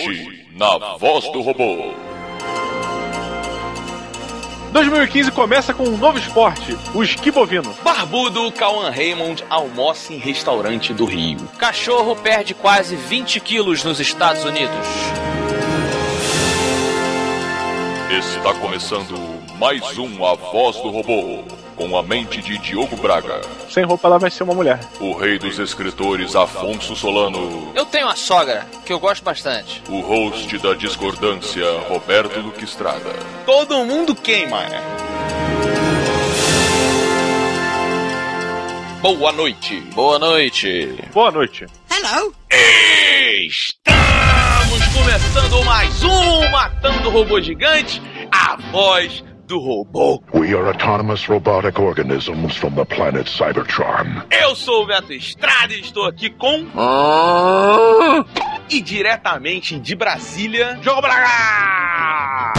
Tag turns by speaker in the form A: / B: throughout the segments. A: Hoje, na voz do robô.
B: 2015 começa com um novo esporte, o esqui bovino.
C: Barbudo Cauan Raymond almoça em restaurante do Rio.
D: Cachorro perde quase 20 quilos nos Estados Unidos.
A: Está começando mais um A Voz do Robô. Com a mente de Diogo Braga,
B: Sem roupa ela vai ser uma mulher.
A: o rei dos escritores Afonso Solano,
D: Eu tenho uma sogra, que eu gosto bastante.
A: o host da discordância Roberto Luque Estrada
C: Todo mundo queima, né? Boa noite.
D: Boa noite.
B: Boa noite.
E: Hello.
C: Estamos começando mais um Matando Robô Gigante, a voz do robô.
F: We are autonomous robotic organisms from the planet Cybertron.
C: Eu sou o Beto Estrada e estou aqui com...
D: Ah,
C: E diretamente de Brasília, Diogo Braga!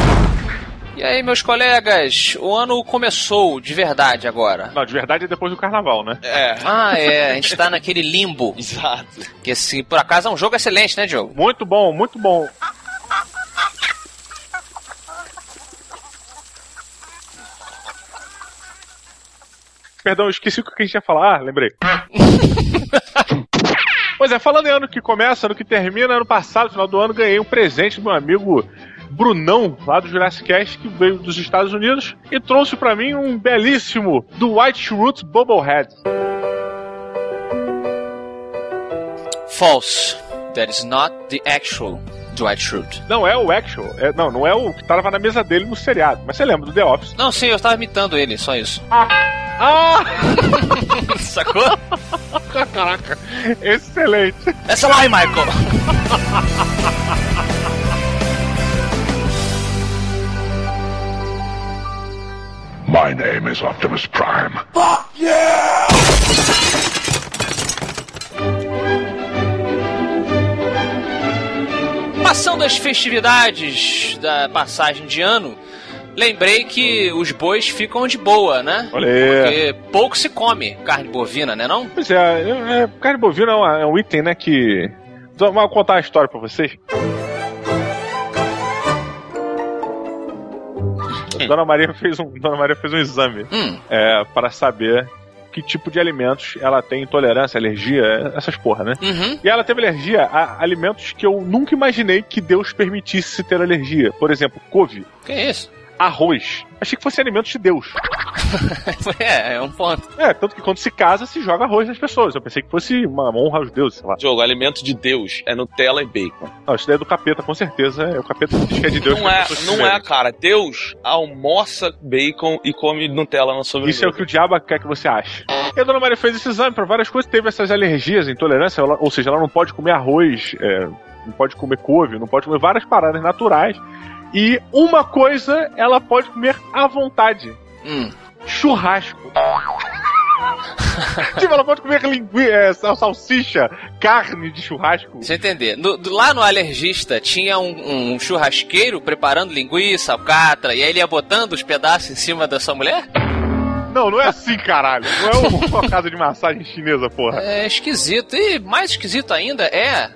D: E aí, meus colegas, o ano começou de verdade agora.
B: Não, de verdade é depois do carnaval, né?
C: É,
D: Ah, é, a gente tá naquele limbo.
C: exato.
D: Que se por acaso é um jogo excelente, né, Diogo?
B: Muito bom, muito bom. Perdão, eu esqueci o que a gente ia falar. Ah, lembrei. pois é, falando em ano que começa, ano que termina, ano passado, final do ano, ganhei um presente do meu amigo Brunão, lá do Jurassic Cast, que veio dos Estados Unidos e trouxe pra mim um belíssimo Dwight Root Bubblehead.
D: False. That is not the actual Dwight Schrute.
B: Não é o actual, é- não, não é o que tava na mesa dele no seriado, mas você lembra do The Office.
D: Não, sim, eu tava imitando ele, só isso.
B: Ah,
D: Sacou?
B: caraca, excelente.
D: Essa lá, Michael.
F: My name is Optimus Prime.
D: Passando as festividades da passagem de ano, lembrei que os bois ficam de boa, né?
B: Olha aí.
D: Porque pouco se come carne bovina, né não?
B: Pois é, eu- é, carne bovina é, uma- é um item, né, que... Então, Vou contar a história pra vocês. Dona Maria fez um, Dona Maria fez um exame
D: Hum,
B: é, para saber que tipo de alimentos ela tem intolerância, alergia, essas porra, né?
D: uhum.
B: E ela teve alergia a alimentos que eu nunca imaginei que Deus permitisse ter alergia. Por exemplo, couve,
D: Que isso?
B: arroz. Achei que fosse alimentos de Deus.
D: é, é um ponto.
B: É, tanto que quando se casa, se joga arroz nas pessoas. Eu pensei que fosse uma honra aos deuses, sei lá.
C: Diogo, alimento de Deus é Nutella e bacon.
B: Não, isso daí é do capeta, com certeza. É o capeta que diz que é de Deus.
C: Não
B: que as
C: é,
B: pessoas
C: não
B: comerem.
C: é, cara. Deus almoça bacon e come Nutella na sobremesa.
B: Isso é o que o diabo quer que você ache. E a dona Maria fez esse exame pra várias coisas, teve essas alergias, intolerância, ela- ou seja, ela não pode comer arroz, é, não pode comer couve, não pode comer várias paradas naturais. E uma coisa ela pode comer à vontade.
D: Hum.
B: churrasco. tipo, ela pode comer lingui, é, sal- salsicha, carne de churrasco.
D: Deixa eu entender. No- do- lá no alergista tinha um, um churrasqueiro preparando linguiça, alcatra, e aí ele ia botando os pedaços em cima da sua mulher?
B: Não, não é assim, caralho. Não é um- uma casa de massagem chinesa, porra.
D: É esquisito. E mais esquisito ainda é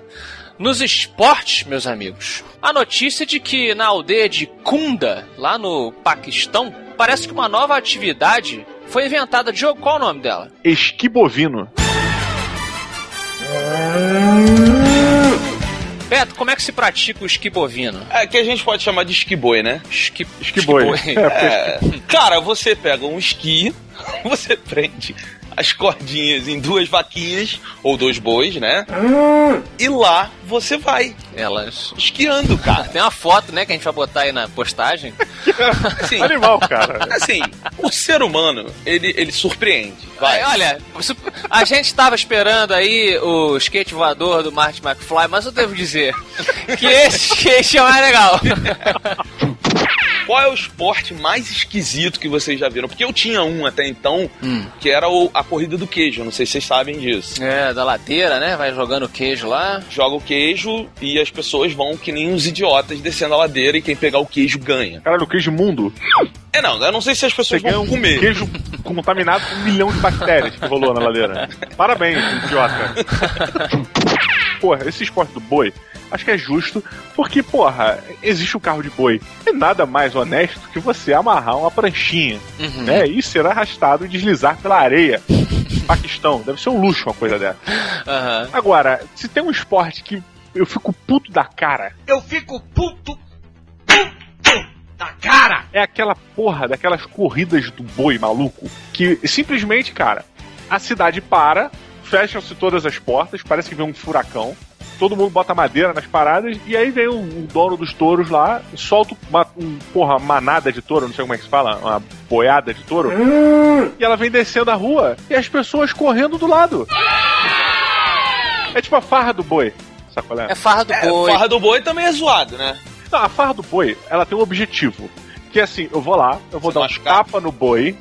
D: nos esportes, meus amigos. A notícia de que na aldeia de Kunda, lá no Paquistão, parece que uma nova atividade foi inventada. Diogo, qual o nome dela?
B: Esqui bovino.
D: Beto, como é que se pratica o esqui bovino?
C: É que a gente pode chamar de esquiboi, né?
D: Esqui...
B: Esqui boi.
C: É, cara, você pega um esqui, você prende as cordinhas em duas vaquinhas, ou dois bois, né? E lá você vai
B: É.
D: Elas...
C: esquiando, cara.
D: Tem uma foto, né, que a gente vai botar aí na postagem.
C: Assim,
B: Animal, cara.
C: assim o ser humano, ele, ele surpreende. Vai.
D: Aí, olha, su- a gente tava esperando aí o skate voador do Marty McFly, mas eu devo dizer que esse skate é mais legal.
C: Qual é o esporte mais esquisito que vocês já viram? Porque eu tinha um até então,
B: Hum.
C: que era o- a corrida do queijo. Não sei se vocês sabem disso.
D: É, da ladeira, né? Vai jogando queijo lá.
C: Joga o queijo e as pessoas vão que nem uns idiotas descendo a ladeira e quem pegar o queijo ganha.
B: Caralho, o queijo mundo.
C: É, não, eu não sei se as
B: Você
C: pessoas
B: ganha
C: vão
B: um
C: comer.
B: queijo contaminado com um milhão de bactérias que rolou na ladeira. Parabéns, idiota. Porra, esse esporte do boi acho que é justo, porque, porra, existe o carro de boi. É nada mais honesto que você amarrar uma pranchinha,
D: Uhum.
B: né? E ser arrastado e deslizar pela areia. Paquistão, deve ser um luxo uma coisa dessa.
D: Aham.
B: Agora, se tem um esporte que eu fico puto da cara,
E: Eu fico puto, puto da cara.
B: é aquela porra daquelas corridas do boi maluco que simplesmente, cara, a cidade para, fecham-se todas as portas, parece que vem um furacão. Todo mundo bota madeira nas paradas e aí vem o o dono dos touros lá, solta uma um, porra, manada de touro, não sei como é que se fala, uma boiada de touro. E ela vem descendo a rua e as pessoas correndo do lado. É tipo a farra do boi. Sabe qual
D: É farra do
C: É,
D: boi.
C: farra do boi também é zoado, né?
B: não, a farra do boi, ela tem um objetivo. Que é assim, eu vou lá, eu vou
C: Se
B: dar
C: machucar.
B: um tapa no boi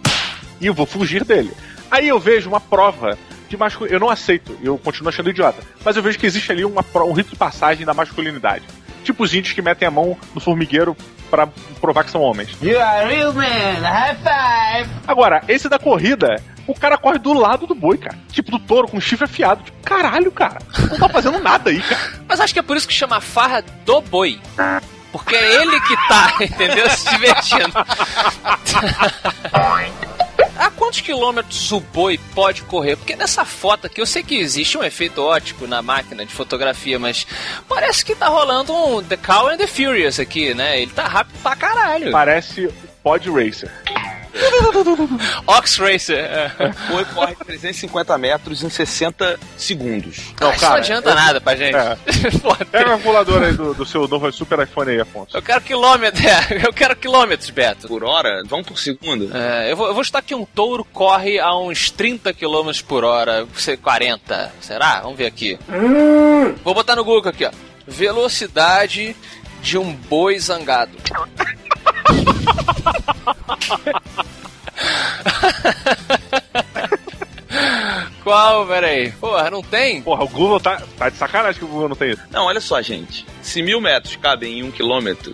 B: e eu vou fugir dele. Aí eu vejo uma prova de masculinidade. Eu não aceito, eu continuo achando idiota. Mas eu vejo que existe ali uma pro- um rito de passagem da masculinidade. Tipo os índios que metem a mão no formigueiro pra provar que são homens.
E: You are real man. High five.
B: Agora, esse da corrida, o cara corre do lado do boi, cara. Tipo do touro com chifre afiado. Tipo, caralho, cara. Não tá fazendo nada aí, cara.
D: Mas acho que é por isso que chama farra do boi. Porque é ele que tá, entendeu? Se divertindo. A quantos quilômetros o boi pode correr? Porque nessa foto aqui, eu sei que existe um efeito ótico na máquina de fotografia, mas parece que tá rolando um The Cow and the Furious aqui, né? Ele tá rápido pra caralho.
B: Parece Pod Racer.
D: Ox Racer. É.
C: O boi corre 350 metros em 60 segundos.
D: Ah, isso não É.
B: cara,
D: adianta nada pra gente. Pô,
B: Pega a calculadora aí do, do seu novo super iPhone aí, Afonso.
D: eu quero quilômetros, é, eu quero quilômetros, Beto.
C: Por hora, vão por segundo.
D: É, eu, vou, eu vou chutar que um touro corre a uns 30 km por hora, sei, 40, será? Vamos ver aqui. Vou botar no Google aqui, ó. Velocidade de um boi zangado. Qual? Peraí. Porra, não tem?
B: Porra, o Google tá, tá de sacanagem que o Google não tem isso.
C: Não, olha só, gente. Se mil metros cabem em um quilômetro,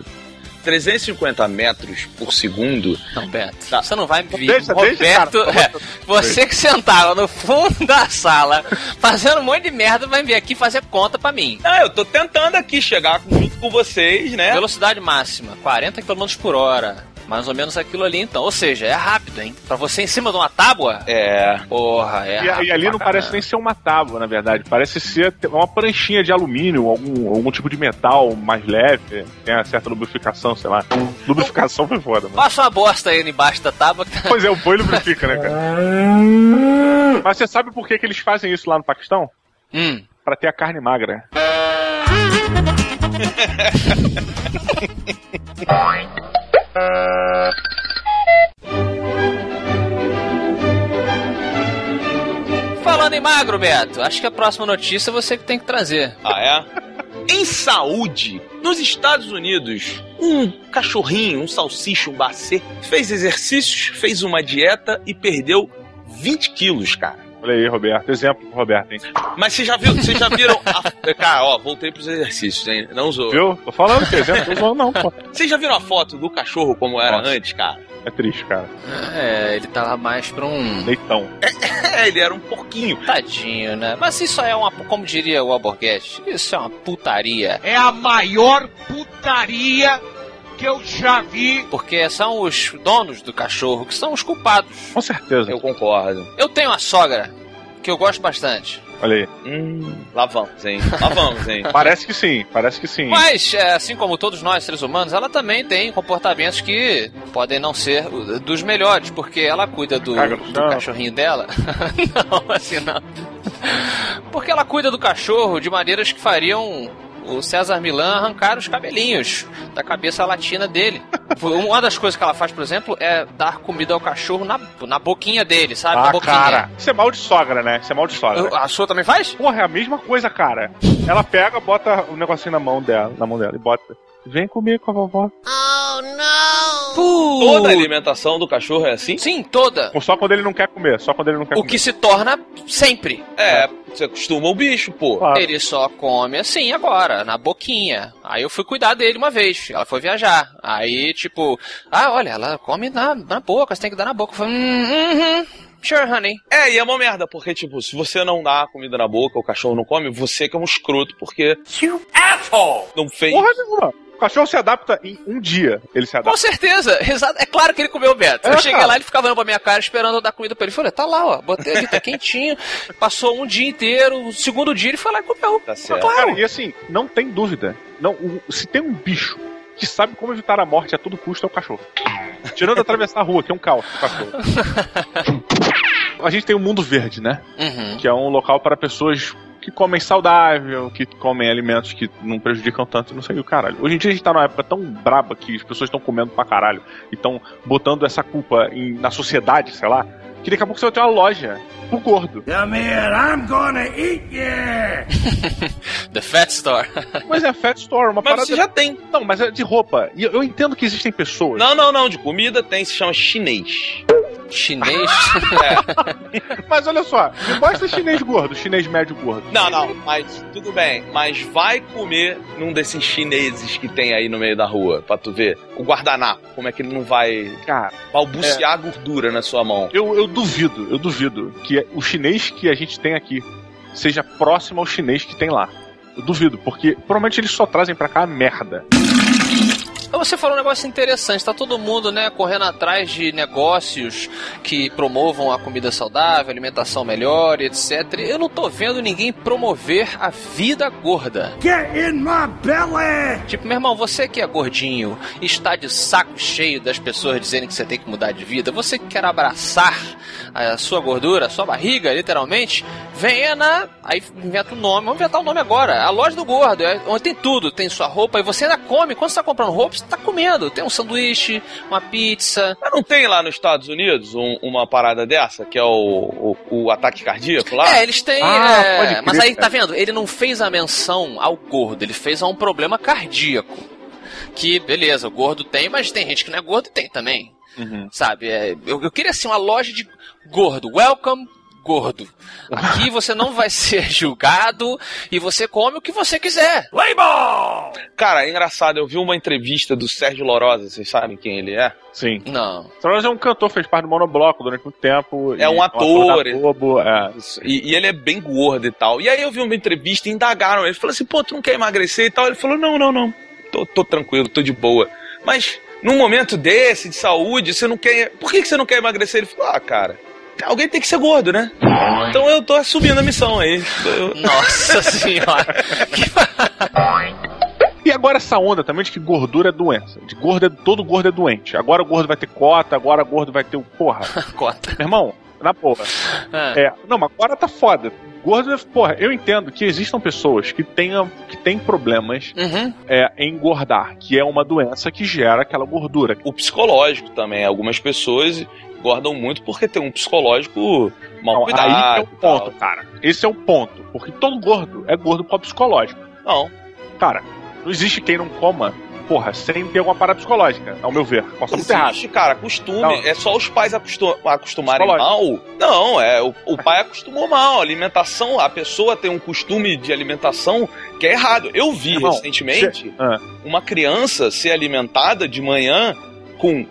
C: 350 metros por segundo.
D: Não, Beto.
C: Tá.
D: Você não vai me vir.
B: Deixa,
D: Roberto,
B: deixa, cara.
D: é, você que sentava no fundo da sala, fazendo um monte de merda, vai vir aqui fazer conta pra mim.
C: Ah, eu tô tentando aqui chegar junto com vocês, né?
D: Velocidade máxima, 40 km por hora. Mais ou menos aquilo ali, então. Ou seja, é rápido, hein? Pra você em cima de uma tábua?
C: É.
D: Porra, é
B: E,
D: rápido
B: e ali
D: pra
B: não parece nem
D: caramba.
B: ser uma tábua, na verdade. Parece ser te- uma pranchinha de alumínio, algum, algum tipo de metal mais leve. Tem uma certa lubrificação, sei lá. Lubrificação foi foda, mano.
D: Passa uma bosta aí embaixo da tábua. que- tá-
B: Pois é, o boi lubrifica, né, cara? Mas você sabe por que, que eles fazem isso lá no Paquistão?
D: Hum.
B: Pra ter a carne magra. né?
D: Falando em magro, Beto, acho que a próxima notícia é você que tem que trazer.
C: Ah, é? em saúde, nos Estados Unidos, um cachorrinho, um salsicha, um bacê, fez exercícios, fez uma dieta e perdeu 20 quilos, cara.
B: Olha aí, Roberto. Exemplo pro Roberto, hein?
C: Mas vocês já, viu, vocês já viram. A... Cara, ó, voltei pros exercícios, hein? Não usou.
B: Viu? Tô falando que exemplo, tô falando, não, pô.
C: Vocês já viram a foto do cachorro como era
B: Nossa.
C: antes, cara?
B: É triste, cara.
D: É, ele tava mais pra um.
B: Leitão.
C: É, ele era um porquinho.
D: Tadinho, né? Mas isso é uma. Como diria o Alborguete, isso é uma putaria.
E: É a maior putaria que eu já vi.
D: Porque são os donos do cachorro que são os culpados.
B: Com certeza.
C: Eu concordo.
D: Eu tenho uma sogra, que eu gosto bastante.
B: Olha aí.
C: Hum, lá vamos, hein? Lá vamos, hein?
B: Parece que sim, parece que sim.
D: Mas, é, assim como todos nós, seres humanos, ela também tem comportamentos que podem não ser o- dos melhores, porque ela cuida do,
B: Caga no
D: do
B: chão.
D: cachorrinho dela. não, assim não. Porque ela cuida do cachorro de maneiras que fariam o César Milan arrancar os cabelinhos da cabeça latina dele. Uma das coisas que ela faz, por exemplo, é dar comida ao cachorro na, na boquinha dele, sabe? tá na
B: Ah,
D: boquinha.
B: cara. Isso é mal de sogra, né? Isso é mal de sogra.
D: Eu- A sua também faz?
B: Porra, é a mesma coisa, cara. Ela pega, bota o negocinho na mão dela, na mão dela e bota. Vem comigo com a vovó.
C: Toda a alimentação do cachorro é assim?
D: Sim, toda.
B: Só quando ele não quer comer, só quando ele não quer
D: O
B: comer.
D: que se torna sempre.
C: É, você acostuma o bicho, pô.
B: Claro.
D: Ele só come assim agora, na boquinha. Aí eu fui cuidar dele uma vez, ela foi viajar. Aí, tipo, ah, olha, ela come na, na boca, você tem que dar na boca. Eu falei, hum, uhum. Sure, honey.
C: É, e é uma merda, porque, tipo, se você não dá comida na boca, o cachorro não come, você que é um escroto, porque
D: You asshole!
C: não fez.
B: Porra nenhuma. O cachorro se adapta em um dia. Ele se
D: Com
B: adapta.
D: certeza, exato. É claro que ele comeu o Beto.
B: É,
D: eu cheguei
B: cara.
D: lá, ele ficava olhando pra minha cara esperando eu dar comida pra ele. Eu Falei, tá lá, ó, botei ali, tá quentinho. Passou um dia inteiro, o segundo dia ele foi lá e comeu.
C: Tá certo.
B: Cara, e assim, não tem dúvida. Não, o- se tem um bicho que sabe como evitar a morte a todo custo, é o cachorro. Tirando atravessar a rua, que é um caos o cachorro. A gente tem o mundo verde, né?
D: Uhum.
B: que é um local para pessoas que comem saudável, que comem alimentos que não prejudicam tanto, não sei o caralho. Hoje em dia a gente tá numa época tão braba que as pessoas estão comendo pra caralho e estão botando essa culpa em- na sociedade, sei lá, que daqui a pouco você vai ter uma loja pro gordo.
C: É.
D: The Fat Store.
B: Mas é fat store, uma
C: Mas
B: parada...
C: você já tem.
B: Não, mas é de roupa. E eu- eu entendo que existem pessoas...
C: Não, não, não, de comida tem, se chama chinês.
D: Chinês.
B: Mas olha só, não basta chinês gordo, chinês médio gordo.
C: Não, não, mas tudo bem. Mas vai comer num desses chineses que tem aí no meio da rua, pra tu ver. O guardanapo, como é que ele não vai
B: Cara,
C: balbuciar
B: É.
C: gordura na sua mão.
B: Eu, eu duvido, eu duvido que o chinês que a gente tem aqui seja próximo ao chinês que tem lá. Eu duvido, porque provavelmente eles só trazem pra cá a merda.
D: Então Você falou um negócio interessante, tá todo mundo, né, correndo atrás de negócios que promovam a comida saudável, alimentação melhor, e etc. Eu não tô vendo ninguém promover a vida gorda. Get in my belly! Tipo, meu irmão, você que é gordinho, está de saco cheio das pessoas dizendo que você tem que mudar de vida, você que quer abraçar a sua gordura, a sua barriga, literalmente, venha na. Aí inventa o nome, vamos inventar o nome agora. A loja do gordo, é onde tem tudo, tem sua roupa e você ainda come. Quando você tá comprando roupa, você tá comendo. Tem um sanduíche, uma pizza.
C: Mas não tem lá nos Estados Unidos um- uma parada dessa, que é o, o, o ataque cardíaco lá?
D: É, eles têm.
B: Ah,
D: é,
B: pode crer,
D: mas aí,
B: cara.
D: tá vendo? Ele não fez a menção ao gordo, ele fez a um problema cardíaco. Que, beleza, o gordo tem, mas tem gente que não é gordo e tem também.
B: Uhum.
D: Sabe? É, eu, eu queria assim uma loja de gordo. Welcome gordo. Aqui você não vai ser julgado e você come o que você quiser.
C: Cara, é engraçado, eu vi uma entrevista do Sérgio Lorosa, vocês sabem quem ele é?
B: Sim.
D: Não.
B: Trolls é um cantor, fez parte do monobloco durante muito tempo.
C: É
B: e
C: um ator,
B: da Globo, é.
C: E, e ele é bem gordo e tal. E aí eu vi uma entrevista e indagaram ele. Falou assim, pô, tu não quer emagrecer e tal? Ele falou, não, não, não. Tô, tô tranquilo, tô de boa. Mas num momento desse, de saúde, você não quer... Por que, que você não quer emagrecer? Ele falou, ah, cara, alguém tem que ser gordo, né? Então eu tô assumindo a missão aí. Eu-
D: Nossa senhora.
B: E agora essa onda também de que gordura é doença. De gordo é, todo gordo é doente. Agora o gordo vai ter cota, agora o gordo vai ter o. Porra.
D: Cota.
B: Meu irmão, na porra.
D: Ah.
B: É, não, mas agora tá foda. Gordo é. Porra, eu entendo que existam pessoas que tenham, que têm problemas
D: Uhum.
B: é engordar, que é uma doença que gera aquela gordura.
C: O psicológico também. Algumas pessoas engordam muito porque tem um psicológico mal
B: Então,
C: cuidado.
B: aí que é o
C: e tal.
B: ponto, cara. Esse é o ponto. Porque todo gordo é gordo por psicológico.
C: Não,
B: Cara, não existe quem não coma, porra, sem ter alguma parada psicológica, ao meu ver. Posso estar é errado.
C: Existe, cara, costume.
B: Não.
C: É só os pais acostum- acostumarem mal.
B: Psicológico.
C: Não, é o, o pai acostumou mal. A alimentação, a pessoa tem um costume de alimentação que é errado. Eu vi
B: Irmão,
C: recentemente
B: Ah.
C: uma criança ser alimentada de manhã com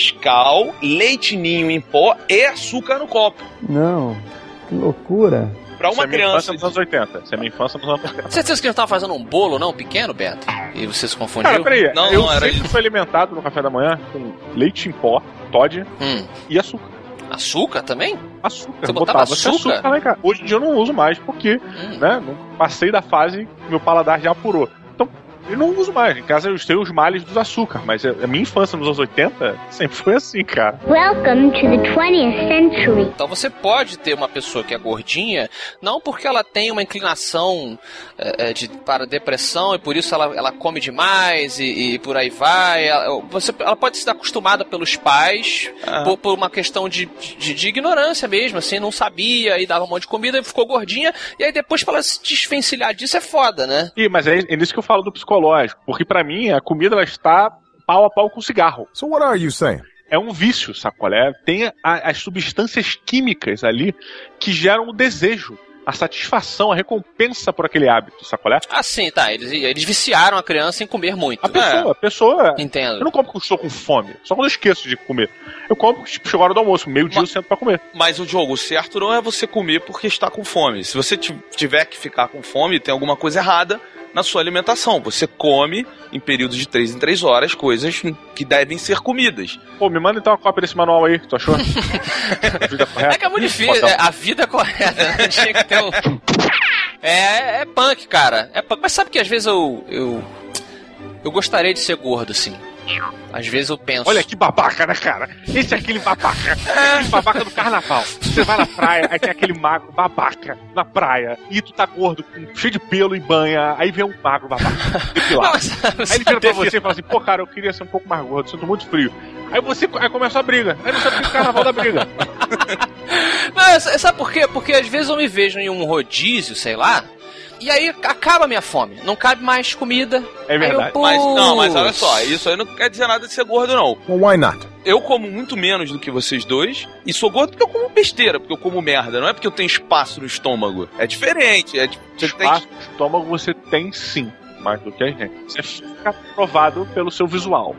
C: Nescau, leite ninho em pó e açúcar no copo.
G: Não, que loucura.
C: Pra
B: Isso
C: uma
B: é minha infância
C: criança.
B: nos anos 80. Isso é minha infância nos anos 80.
D: Certeza que a gente tava fazendo um bolo, não? Pequeno, Beto? E você se confundiu?
B: Cara, peraí.
C: Não,
B: eu
C: não, era
B: sempre fui alimentado no café da manhã com leite em pó, Todd
D: Hum.
B: e açúcar.
D: Açúcar também?
B: Açúcar.
D: Você
B: Eu
D: botava
B: esse
D: açúcar?
B: lá em casa. Hoje em dia eu não uso mais porque
D: Hum.
B: né? Não passei da fase que meu paladar já apurou. Então, eu não uso mais. Em casa eu tenho os males dos açúcar, mas a a minha infância nos anos 80 sempre foi assim, cara.
H: Welcome to the 20th century.
D: Então você pode ter uma pessoa que é gordinha, não porque ela tem uma inclinação eh, eh, de, para depressão e por isso ela, ela come demais e, e por aí vai. Ela, você, ela pode ser acostumada pelos pais
C: Ah.
D: por, por uma questão de, de, de ignorância mesmo, assim, não sabia e dava um monte de comida e ficou gordinha. E aí depois pra ela se desvencilhar disso é foda, né?
B: E, mas é, é nisso que eu falo do psicológico, porque pra mim a comida ela está pau a pau com o cigarro.
I: So what are you saying?
B: É um vício, sacolé. Tem a- as substâncias químicas ali que geram o desejo. A a satisfação, a recompensa por aquele hábito, sabe qual é?
D: Ah, sim, tá. Eles, eles viciaram a criança em comer muito.
B: A
D: É.
B: pessoa, a pessoa. Eu
D: Entendo.
B: não como porque eu estou com fome, só quando eu esqueço de comer. Eu como porque tipo, chegou a hora do almoço, meio-dia eu sento pra comer.
C: Mas o jogo certo não é você comer porque está com fome. Se você ti- tiver que ficar com fome, tem alguma coisa errada na sua alimentação. Você come em período de 3 em 3 horas coisas que devem ser comidas.
B: Pô, me manda então uma cópia desse manual aí, tu achou? Vida correta.
D: É que é muito difícil. é, a vida correta né? tinha que ter um. É, é punk, cara. É punk. Mas sabe que às vezes eu, eu. Eu gostaria de ser gordo, assim. Às vezes eu penso.
B: Olha que babaca, né, cara? Esse é aquele babaca. Aquele babaca do carnaval. Você vai na praia, aí tem aquele magro babaca na praia. E tu tá gordo, com- cheio de pelo e banha. Aí vem um magro babaca.
D: Não,
B: Depilado.
D: mas-
B: Aí ele vira pra você e fala assim: pô, cara, eu queria ser um pouco mais gordo, sinto muito frio. Aí você aí começa a briga. Aí não sabe o que é o carnaval da briga.
D: Não, sa- sabe por quê? Porque às vezes eu me vejo em um rodízio, sei lá, e aí acaba a minha fome. Não cabe mais comida.
B: É
D: Aí
B: verdade.
D: eu,
C: Mas não, mas olha
D: putz.
C: só, isso aí não quer dizer nada de ser gordo, não.
I: Well, Então, why not?
C: Eu como muito menos do que vocês dois, e sou gordo porque eu como besteira, porque eu como merda, não é porque eu tenho espaço no estômago. É diferente, é di- você
B: Espaço, estômago você tem sim. Mais do que a gente. Você fica provado pelo seu visual.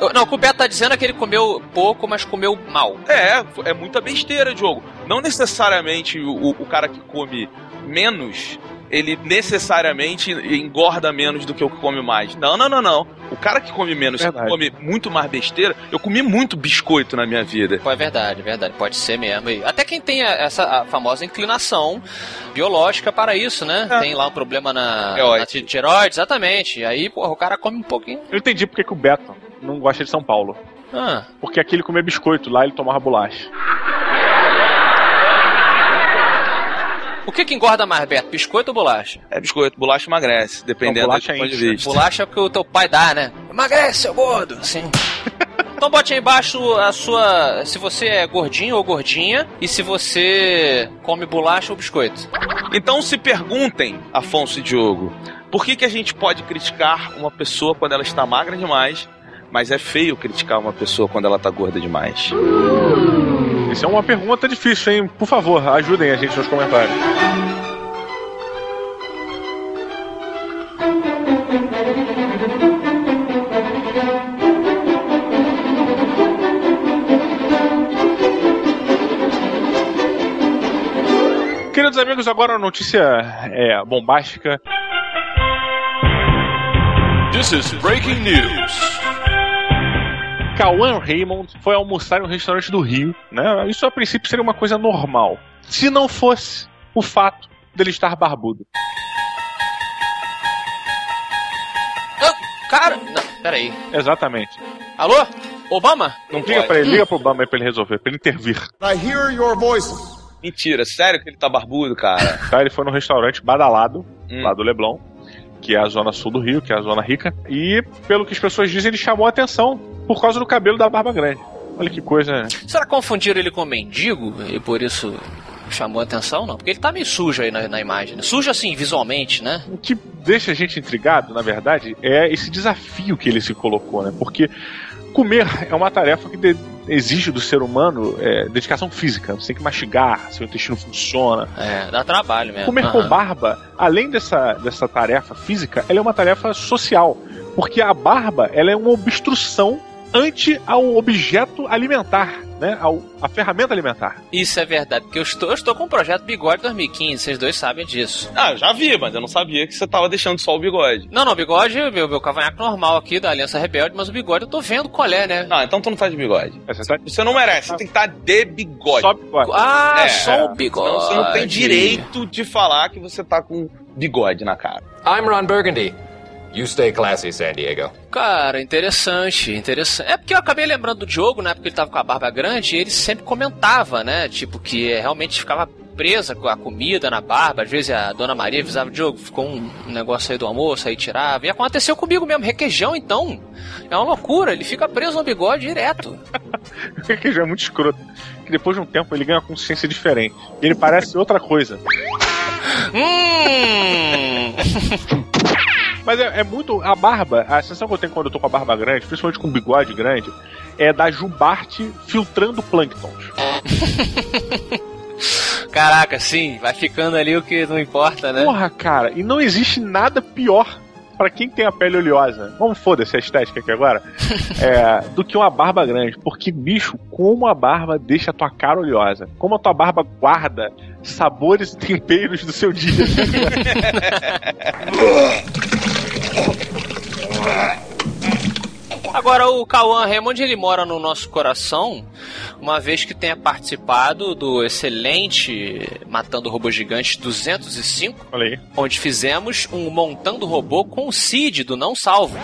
D: Eu- Não, o que o Beto tá dizendo é que ele comeu pouco, mas comeu mal.
C: tem. É, é muita besteira, Diogo. Não necessariamente o, o cara que come menos, ele necessariamente engorda menos do que o que come mais. Não, não, não, não. O cara que come menos, que
B: Verdade.
C: come muito mais besteira, eu comi muito biscoito na minha vida.
D: Pô, é verdade, é verdade. Pode ser mesmo. E até quem tem a- essa a famosa inclinação biológica para isso, né?
C: É.
D: Tem lá um problema na,
C: Tireoide.
D: na ti- tireoide, exatamente. E aí, porra, o cara come um pouquinho.
B: Eu entendi porque que o Beto não gosta de São Paulo.
D: Ah,
B: Porque aqui ele comia biscoito, lá ele tomava bolacha.
D: O que que engorda mais, Beto? Biscoito ou bolacha?
C: É biscoito, bolacha emagrece, dependendo
B: Não, bolacha
C: do ponto de
B: enche, né?
C: vista.
D: Bolacha é o que o teu pai dá, né? Emagrece, seu gordo. Sim. Então bote aí embaixo a sua. Se você é gordinho ou gordinha e se você come bolacha ou biscoito.
C: Então se perguntem, Afonso e Diogo, por que, que a gente pode criticar uma pessoa quando ela está magra demais, mas é feio criticar uma pessoa quando ela está gorda demais?
B: Isso é uma pergunta difícil, hein? Por favor, ajudem a gente nos comentários. Queridos amigos, agora uma notícia é, bombástica.
A: This is breaking news.
B: Cauã Raymond foi almoçar em um restaurante do Rio, né? Isso a princípio seria uma coisa normal. Se não fosse o fato dele estar barbudo.
D: Cara. Não, peraí.
B: Exatamente.
D: Alô? Obama?
C: Não
B: Liga
C: pode.
B: pra ele, liga pro Obama aí pra ele resolver, pra ele intervir.
I: I hear your voices.
C: Mentira, sério que ele tá barbudo, cara?
B: Tá? Ele foi num restaurante badalado,
C: Hum.
B: lá do Leblon, que é a zona sul do Rio, que é a zona rica. E, pelo que as pessoas dizem, ele chamou a atenção por causa do cabelo da barba grande. Olha que coisa. né?
D: Será que confundiram ele com um mendigo e por isso chamou a atenção? Não, porque ele tá meio sujo aí na, na imagem. né? Sujo assim, visualmente, né?
B: O que deixa a gente intrigado, na verdade, é esse desafio que ele se colocou, né? Porque comer é uma tarefa que de- exige do ser humano é, dedicação física. Você tem que mastigar, seu intestino funciona.
D: É, dá trabalho mesmo.
B: Comer
D: Aham.
B: com barba, além dessa, dessa tarefa física, ela é uma tarefa social. Porque a barba ela é uma obstrução ante ao objeto alimentar, né? Ao, a ferramenta alimentar.
D: Isso é verdade, porque eu estou, eu estou com o projeto Bigode 2015, vocês dois sabem disso.
C: ah, eu já vi, mas eu não sabia que você tava deixando só o bigode.
D: Não, não, bigode, meu, meu cavanhaque normal aqui da Aliança Rebelde, mas o bigode eu tô vendo qual é, né?
C: Não, então tu não tá de bigode.
B: Essa tá-
C: Você não merece, você tem que estar de bigode.
B: Sobe, bigode.
D: Ah,
C: É,
D: só o bigode.
C: Senão você não tem direito de falar que você tá com bigode na cara.
J: I'm Ron Burgundy. You stay classy, San Diego.
D: Cara, interessante, interessante. É porque eu acabei lembrando do Diogo, na época que ele tava com a barba grande, e ele sempre comentava, né? Tipo, que é, realmente ficava presa com a comida na barba. Às vezes a dona Maria avisava, Diogo, ficou um negócio aí do almoço, aí tirava. E aconteceu comigo mesmo, requeijão então. É uma loucura, ele fica preso no bigode direto.
B: que já é muito escroto. Que depois de um tempo ele ganha uma consciência diferente. E ele parece outra coisa.
D: Hum!
B: Mas é, é muito. A barba, a sensação que eu tenho quando eu tô com a barba grande, principalmente com o bigode grande, é da jubarte filtrando plânctons.
D: Caraca, sim, vai ficando ali o que não importa, né?
B: Porra, cara, e não existe nada pior pra quem tem a pele oleosa. Vamos foda-se a estética aqui agora. é, do que uma barba grande. Porque, bicho, como a barba deixa a tua cara oleosa. Como a tua barba guarda sabores e temperos do seu dia.
D: Agora, o Cauã Raymond, ele mora no nosso coração, uma vez que tenha participado do excelente Matando Robô Gigante 205,
B: Olha aí.
D: onde fizemos um Montando Robô com o Cid, do Não Salvo.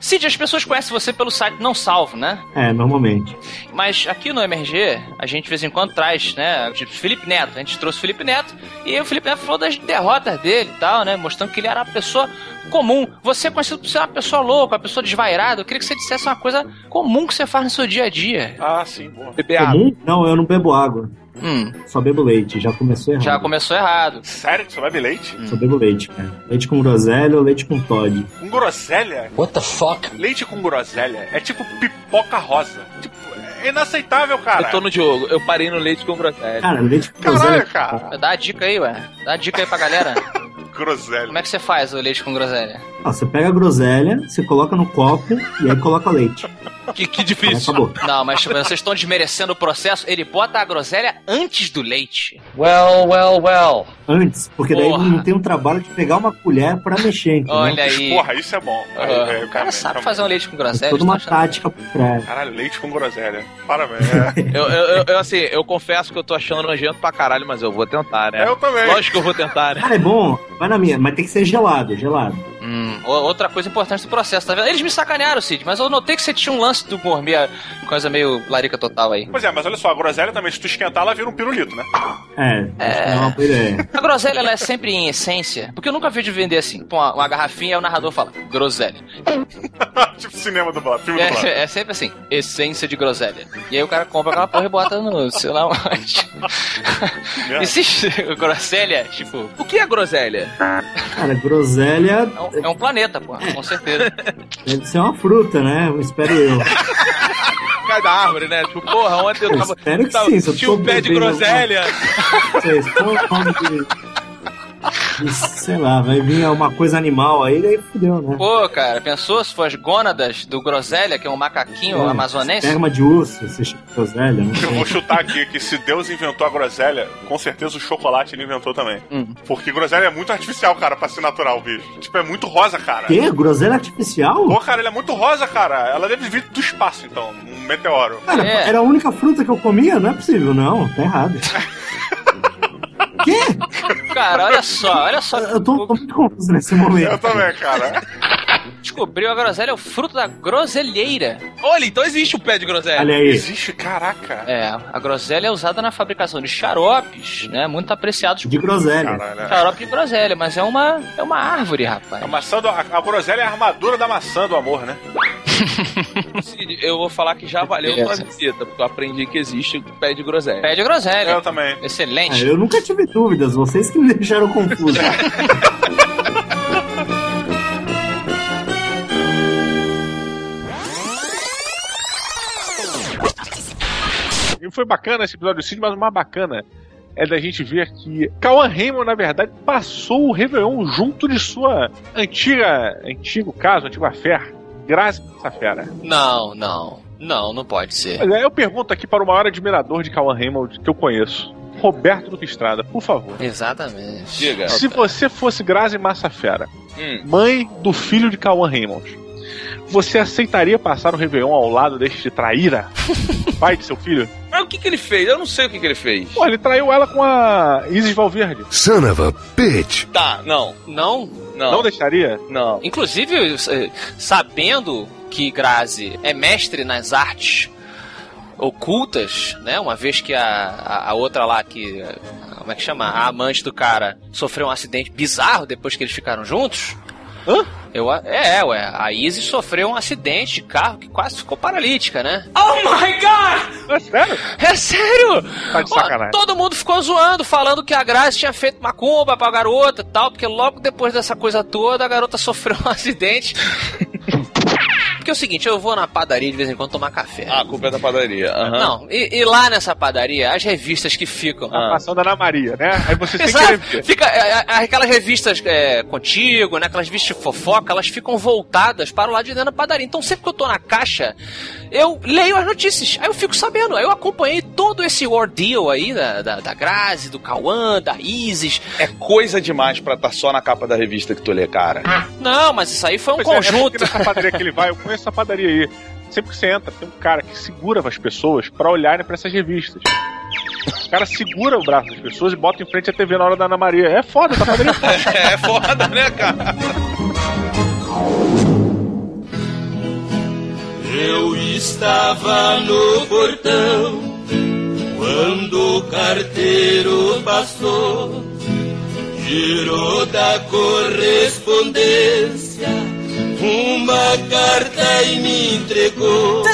D: Cid, as pessoas conhecem você pelo site Não Salvo, né?
K: É, normalmente.
D: Mas aqui no MRG, a gente de vez em quando traz, né, tipo, Felipe Neto. A gente trouxe o Felipe Neto e o Felipe Neto falou das derrotas dele e tal, né, mostrando que ele era uma pessoa comum. Você é conhecido por ser uma pessoa louca, uma pessoa desvairada. Eu queria que você dissesse uma coisa comum que você faz no seu dia a dia.
B: Ah, sim, boa.
C: Beber água.
K: Comum? Não, eu não bebo água.
D: Hum,
K: Só bebo leite. Já começou errado.
D: já começou errado.
E: Sério que você bebe leite?
K: Só bebo leite, cara. Leite com groselha ou leite com Todd.
E: Com groselha?
J: What the fuck?
E: Leite com groselha é tipo pipoca rosa. Tipo, é inaceitável, cara.
C: Eu tô no Diogo, eu parei no leite com groselha.
K: Cara, leite com groselha.
E: Caralho, cara.
D: Dá a dica aí, ué. Dá a dica aí pra galera.
E: Groselha.
D: Como é que você faz o leite com groselha?
K: Ah, você pega a groselha, você coloca no copo e aí coloca leite.
C: Que, que
K: Aí
C: difícil.
K: acabou.
D: Não, mas tipo, vocês estão desmerecendo o processo. Ele bota a groselha antes do leite.
J: Well, well, well.
K: Antes, porque daí
D: Porra.
K: não tem um trabalho de pegar uma colher pra mexer, entendeu?
D: Olha aí.
E: Porra, isso é bom. Aí,
D: Ah,
E: velho,
D: o cara sabe fazer um leite com
K: É
D: groselha.
K: toda
D: tá
K: uma
D: achando-
K: tática por trás.
E: Caralho, leite com groselha. Parabéns.
C: Eu, eu, eu- eu, assim, eu confesso que eu tô achando nojento pra caralho, mas eu vou tentar,
E: É.
C: né?
E: Eu também.
C: Lógico que eu vou tentar, né?
K: Cara, é bom, vai na minha, mas tem que ser gelado, gelado.
D: Hum, o- outra coisa importante do processo, tá vendo? Eles me sacanearam, Cid, mas eu notei que você tinha um lance do gourmet, coisa meio larica total aí.
E: Pois é, mas olha só, a groselha também, se tu esquentar, ela vira um pirulito, né?
K: É, acho que é uma boa ideia.
D: A groselha, ela é sempre em essência, porque eu nunca vi de vender assim, pô, uma, uma garrafinha e o narrador fala, groselha.
E: tipo cinema dublado, filme dublado.
D: É, é sempre assim, essência de groselha. E aí o cara compra aquela porra e bota no, sei lá onde. Existe groselha, tipo,
C: O que é groselha?
K: Cara, groselha
D: é um, é um planeta, pô, com certeza.
K: deve ser uma fruta, né? Eu Espero eu.
C: Cai da árvore, né? Tipo, porra, ontem eu
K: Eu
C: tava.
K: espero que
C: tava-
K: sim, se é, eu
C: Tinha um pé de
K: sobrevivendo alguma-
C: groselha.
K: Vocês põem o nome de... de- Sei lá, vai vir alguma coisa animal aí, daí fudeu, né?
D: Pô, cara, pensou se fosse gônadas do groselha, que é um macaquinho
K: É,
D: amazonense?
K: Pega uma de urso, você chama de groselha, né?
E: Eu vou chutar aqui que se Deus inventou a groselha, com certeza o chocolate ele inventou também.
D: Hum.
E: Porque groselha é muito artificial, cara, pra ser natural, bicho. Tipo, é muito rosa, cara.
K: Quê? Groselha artificial?
E: Pô, cara, ele é muito rosa, cara. Ela deve vir do espaço, então. Um meteoro.
K: Cara,
D: É.
K: era a única fruta que eu comia? Não é possível, não. Tá errado. Quê?
D: Cara, olha só, olha só.
K: É. Eu tô, um tô muito confuso nesse momento.
E: Eu também, cara.
D: Descobriu a groselha é o fruto da groselheira.
C: Olha, então existe um pé de groselha.
K: Olha aí.
E: Existe, caraca.
D: É, a groselha é usada na fabricação de xaropes, né? Muito apreciados por
K: De groselha.
E: Caralho. é.
D: xarope de groselha, mas é uma, é uma árvore, rapaz.
E: A maçã do, a, a groselha é a armadura da maçã do amor, né?
C: Cid, Eu vou falar que já valeu a
D: Beleza.
C: tua visita, porque eu aprendi que existe um pé de groselha.
D: Pé de
B: É.
D: groselha.
E: Eu também.
K: Ah,
D: Excelente.
K: eu nunca tive dúvidas, vocês que me deixaram confuso.
B: E foi bacana esse episódio do Cid, mas o mais bacana é da gente ver que Cauan Raymond, na verdade, passou o Réveillon junto de sua antiga, antigo caso, antiga fé, Grazi Safera.
D: Não, não. Não, não pode ser.
B: Mas aí né? é, eu pergunto aqui para o maior admirador de Cauan Raymond que eu conheço, Roberto Duque Estrada, por favor.
D: Exatamente.
C: Diga.
B: Se você fosse Grazi Massafera,
C: Hum.
B: mãe do filho de Cauan Raymond, você aceitaria passar o Réveillon ao lado deste traíra? Pai de seu filho?
C: Mas o que, que ele fez? Eu não sei o que, que ele fez.
B: Pô, ele traiu ela com a Isis Valverde.
F: Son of a bitch.
C: Tá, não,
D: Não,
B: Não
C: não,
B: deixaria?
C: não.
D: Inclusive, eh, sabendo que Grazi é mestre nas artes ocultas, né? Uma vez que a, a, a outra lá que. eh, Como é que chama? A amante do cara sofreu um acidente bizarro depois que eles ficaram juntos.
B: Hã?
D: Eu, a- é, ué. A Izzy sofreu um acidente de carro que quase ficou paralítica, né?
B: É sério?
D: É sério!
B: Tá de
D: Ó,
B: sacanagem.
D: Todo mundo ficou zoando, falando que a Grazi tinha feito macumba pra garota e tal, porque logo depois dessa coisa toda a garota sofreu um acidente. porque é o seguinte, eu vou na padaria de vez em quando tomar café.
C: Ah, a culpa é da padaria. aham.
D: Não, e, e lá nessa padaria, as revistas que ficam.
B: Tá A passão da Ana Maria, né? Aí você sem querer
D: Ah. Exato.
B: ver.
D: Fica, é, é, aquelas revistas é, contigo, né? aquelas revistas de fofoca, elas ficam voltadas para o lado de dentro da padaria. Então sempre que eu tô na caixa, eu leio as notícias. Aí eu fico sabendo. Aí eu acompanhei todo esse ordeal aí da, da, da Grazi, do Cauã, da Isis.
C: É coisa demais pra estar só na capa da revista que tu lê, cara.
D: Não, mas isso aí foi um
B: Pois é, É, porque
D: conjunto.
B: nessa padaria que ele vai, eu conheço essa padaria aí. Sempre que você entra, tem um cara que segura as pessoas pra olharem pra essas revistas. O cara segura o braço das pessoas e bota em frente a TV na hora da Ana Maria. É foda, tá padaria. é foda.
C: É, foda, né, cara?
E: Eu estava no portão quando o carteiro passou, tirou da correspondência uma carta e me entregou.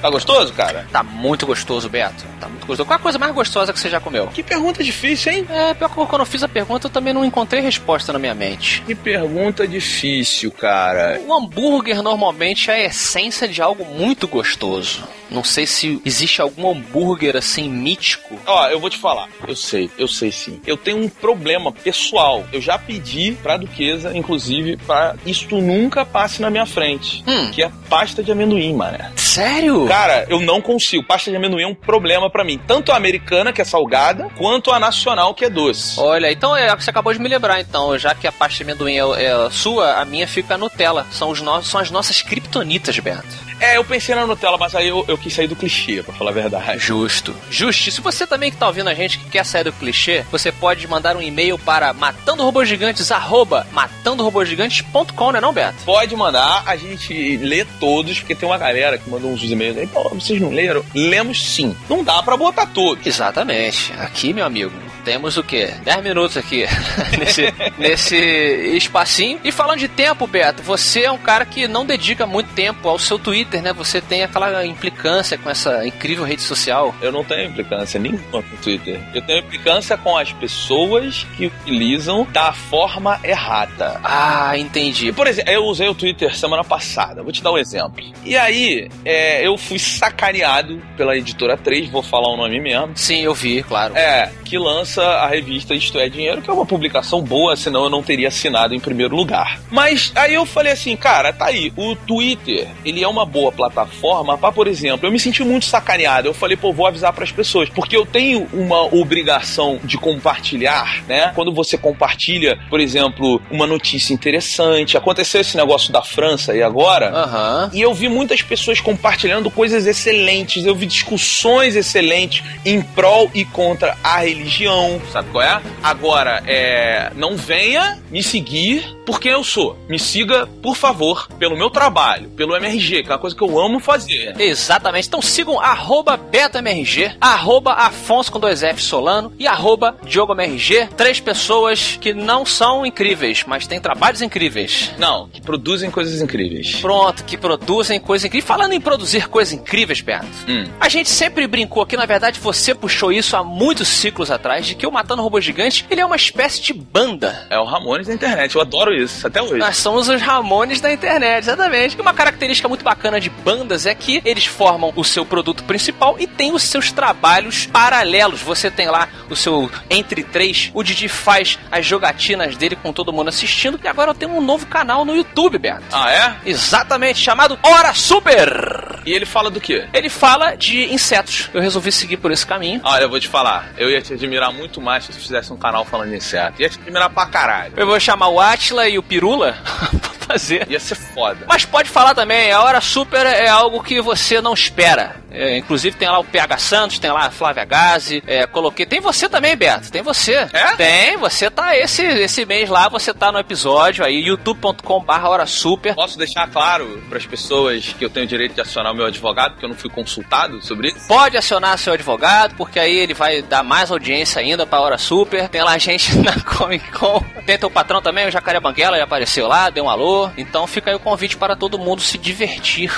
C: Tá gostoso, cara?
D: Tá muito gostoso, Beto. Tá muito gostoso. Qual a coisa mais gostosa que você já comeu?
C: Que pergunta difícil, hein?
D: É, pior que quando eu fiz a pergunta, eu também não encontrei resposta na minha mente.
C: Que pergunta difícil, cara.
D: O Um hambúrguer normalmente é a essência de algo muito gostoso. Não sei se existe algum hambúrguer assim mítico.
C: Ó, eu vou te falar. Eu sei, eu sei sim. Eu tenho um problema pessoal. Eu já pedi pra Duquesa, inclusive, pra isto nunca passe na minha frente.
D: Hum.
C: Que é pasta de amendoim, mané.
D: Sério?
C: Cara, eu não consigo. Pasta de amendoim é um problema pra mim. Tanto a americana, que é salgada, quanto a nacional, que é doce.
D: Olha, então é o que você acabou de me lembrar, então, já que a pasta de amendoim é, é sua, a minha fica a Nutella. São, os no... São as nossas kriptonitas, Beto.
C: É, eu pensei na Nutella, mas aí eu, eu quis sair do clichê, pra falar a verdade.
D: Justo. Justo. E se você também que tá ouvindo a gente que quer sair do clichê, você pode mandar um e-mail para matandorobogigantes, arroba matandorobogigantes.com, né não, Beto?
C: Pode mandar, a gente lê todos, porque tem uma galera que mandou uns e-mails aí, pô, vocês não leram? Lemos sim. Não dá pra botar todos.
D: Exatamente. Aqui, meu amigo, temos o quê? 10 minutos aqui nesse, nesse espacinho. E falando de tempo, Beto, você é um cara que não dedica muito tempo ao seu Twitter, né? Você tem aquela implicância com essa incrível rede social.
C: Eu não tenho implicância nenhuma com o Twitter. Eu tenho implicância com as pessoas que utilizam da forma errada.
D: Ah,
C: E,
D: entendi.
C: por exemplo, eu usei o Twitter semana passada, vou te dar um exemplo. E aí, é, eu fui sacaneado pela editora 3, vou falar o nome mesmo.
D: Sim, eu vi, claro.
C: É, que lança a revista Isto é Dinheiro, que é uma publicação boa, senão eu não teria assinado em primeiro lugar. Mas aí eu falei assim, cara, tá aí, o Twitter, ele é uma boa plataforma pra, por exemplo, eu me senti muito sacaneado. Eu falei, pô, vou avisar pras pessoas, porque eu tenho uma obrigação de compartilhar, né? Quando você compartilha, por exemplo, uma notícia interessante, aconteceu esse negócio da França aí agora,
D: Aham.
C: e eu vi muitas pessoas compartilhando coisas excelentes, eu vi discussões excelentes em prol e contra a religião, sabe qual é? Agora, é, não venha me seguir por quem eu sou. Me siga, por favor, pelo meu trabalho, pelo MRG, que é uma coisa que eu amo fazer.
D: Exatamente. Então sigam arroba BetaMRG, arroba Afonso com dois F Solano e arroba DiogoMRG. Três pessoas que não são incríveis, mas têm trabalhos incríveis.
C: Não, que produzem coisas incríveis.
D: Pronto, que produzem coisas incríveis. Falando em produzir coisas incríveis, Beto,
C: Hum.
D: a gente sempre brincou que, na verdade, você puxou isso há muitos ciclos atrás, de que o Matando Robô Gigante, ele é uma espécie de banda.
C: É o Ramones da internet, eu adoro isso, até hoje.
D: Nós somos os Ramones da internet, exatamente. E uma característica muito bacana de bandas é que eles formam o seu produto principal e tem os seus trabalhos paralelos. Você tem lá o seu Entre Três, o Didi faz as jogatinas dele com todo mundo assistindo, e agora eu tenho um novo canal no YouTube, Beto.
C: Ah, é?
D: Exatamente, chamado Hora Super!
C: E ele fala do quê?
D: Ele fala de insetos. Eu resolvi seguir por esse caminho.
C: Olha, eu vou te falar, eu ia te admirar muito mais se tu fizesse um canal falando de inseto. Ia te admirar pra caralho.
D: Eu vou chamar o Atila e o Pirula pra fazer.
C: Ia ser foda.
D: Mas pode falar também, a hora super é algo que você não espera. É, inclusive tem lá o PH Santos, tem lá a Flávia Gazi, é, coloquei. Tem você também, Beto. Tem você. É? Tem, você tá esse, esse mês lá, você tá no episódio aí, youtube.com/barra hora super.
C: Posso deixar claro para as pessoas que eu tenho o direito de acionar o meu advogado, porque eu não fui consultado sobre isso?
D: Pode acionar seu advogado, porque aí ele vai dar mais audiência ainda pra hora super. Tem lá gente na Comic Con. Tem teu patrão também, o Jacaré Banguela, já apareceu lá, deu um alô. Então fica aí o convite para todo mundo se divertir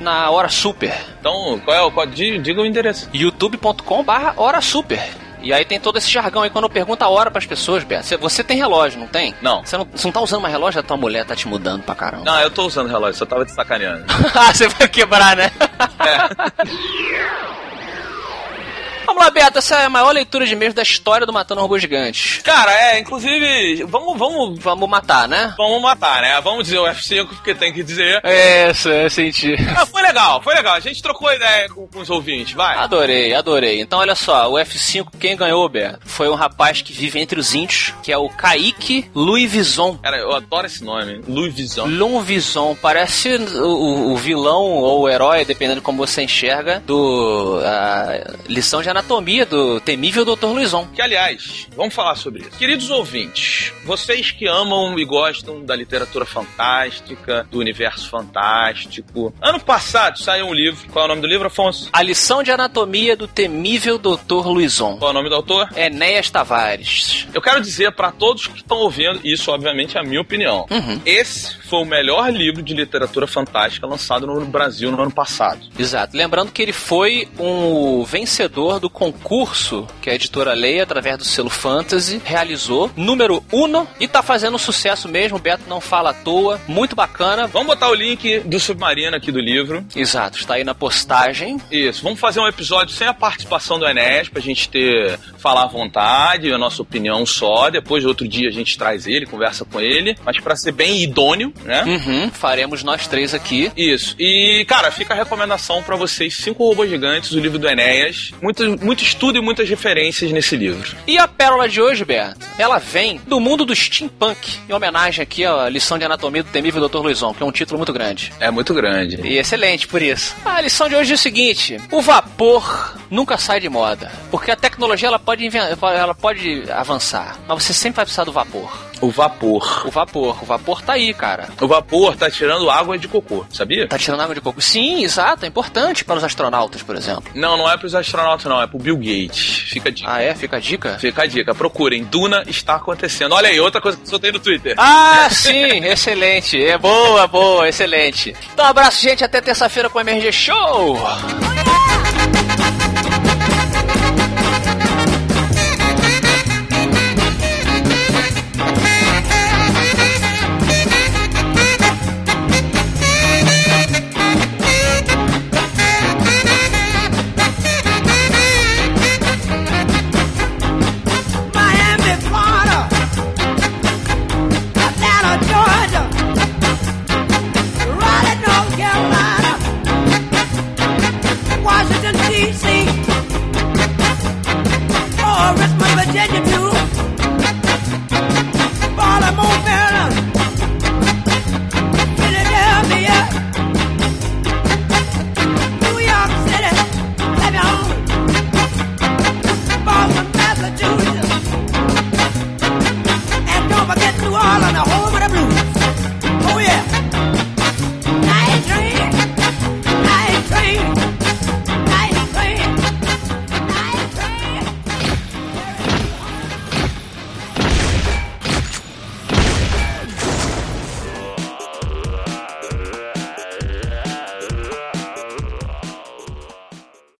D: na hora super.
C: Então, qual é o qual, di- diga o endereço.
D: youtube.com barra hora super. E aí tem todo esse jargão aí quando pergunta a hora pras pessoas, Beto. Você- Você tem relógio, não tem?
C: Não.
D: Você não, você não tá usando mais relógio, a tua mulher tá te mudando pra caramba.
C: Não, eu tô usando relógio, só tava te sacaneando.
D: Ah, você vai quebrar, né? Vamos lá, Beto, essa é a maior leitura de e-mails da história do Matando Robôs Gigantes.
C: Cara, é, inclusive, vamos, vamos,
D: Vamos matar, né?
C: vamos matar, né? Vamos dizer o F5, porque tem que dizer.
D: É, Isso, eu senti.
C: Ah, foi legal, foi legal. A gente trocou ideia com, com os ouvintes, vai.
D: Adorei, adorei. Então, olha só, o F5, quem ganhou, Beto, foi um rapaz que vive entre os índios, que é o Kaique Louis Vison.
C: Cara, eu adoro esse nome, Louis Visão.
D: Lum Vison, parece o, o- o vilão ou o herói, dependendo de como você enxerga, do a lição de anatomia do temível Dr. Luizon.
C: Que, aliás, vamos falar sobre isso. Queridos ouvintes, vocês que amam e gostam da literatura fantástica, do universo fantástico. Ano passado saiu um livro. Qual é o nome do livro, Afonso?
D: A lição de anatomia do temível Dr. Luizon.
C: Qual é o nome do autor?
D: Enéas Tavares.
C: Eu quero dizer pra todos que estão ouvindo, isso obviamente é a minha opinião.
D: Uhum.
C: Esse foi o melhor livro de literatura fantástica lançado no Brasil no ano passado.
D: Exato. Lembrando que ele foi um vencedor do concurso que a editora Leia, através do selo Fantasy, realizou. Número uno. E tá fazendo sucesso mesmo. O Beto não fala à toa. Muito bacana.
C: Vamos botar o link do Submarino aqui do livro.
D: Exato. Está aí na postagem.
C: Isso, vamos fazer um episódio sem a participação do Enes, pra gente ter falar à vontade, a nossa opinião só. Depois, outro dia, a gente traz ele, conversa com ele. Mas pra ser bem idôneo, né?
D: Uhum. Faremos nós três aqui.
C: Isso. E, cara, fica a recomendação pra vocês: Cinco Robôs Gigantes, o livro do Enéas. Muito, muito estudo e muitas referências nesse livro.
D: E a pérola de hoje, Beto, ela vem do mundo do steampunk, em homenagem aqui à lição de anatomia do temível Dr. Luizon, que é um título muito grande.
C: É muito grande.
D: E excelente por isso. A lição de hoje é o seguinte: o vapor nunca sai de moda, porque a tecnologia ela pode, inven- ela pode avançar, mas você sempre vai precisar do vapor.
C: O vapor.
D: O vapor, o vapor tá aí, cara.
C: O vapor tá tirando água de cocô, sabia?
D: Tá tirando água de coco. Sim, exato, é importante para os astronautas, por exemplo.
C: Não, não é pros astronautas, não. É pro Bill Gates. Fica a dica.
D: Ah, é? Fica a dica?
C: Fica a dica. Procurem. Duna está acontecendo. Olha aí, outra coisa que soltei no Twitter.
D: Ah, sim, excelente. É boa, boa, excelente. Então, abraço, gente. Até terça-feira com o MRG Show.
L: Miami, Florida, Atlanta, Georgia, Raleigh, North Carolina, Washington, D.C., oh, Richmond, Virginia, too, Baltimore, Maryland, Philadelphia, New York City, let me home. Boston, Massachusetts. And don't forget New Orleans, Oh,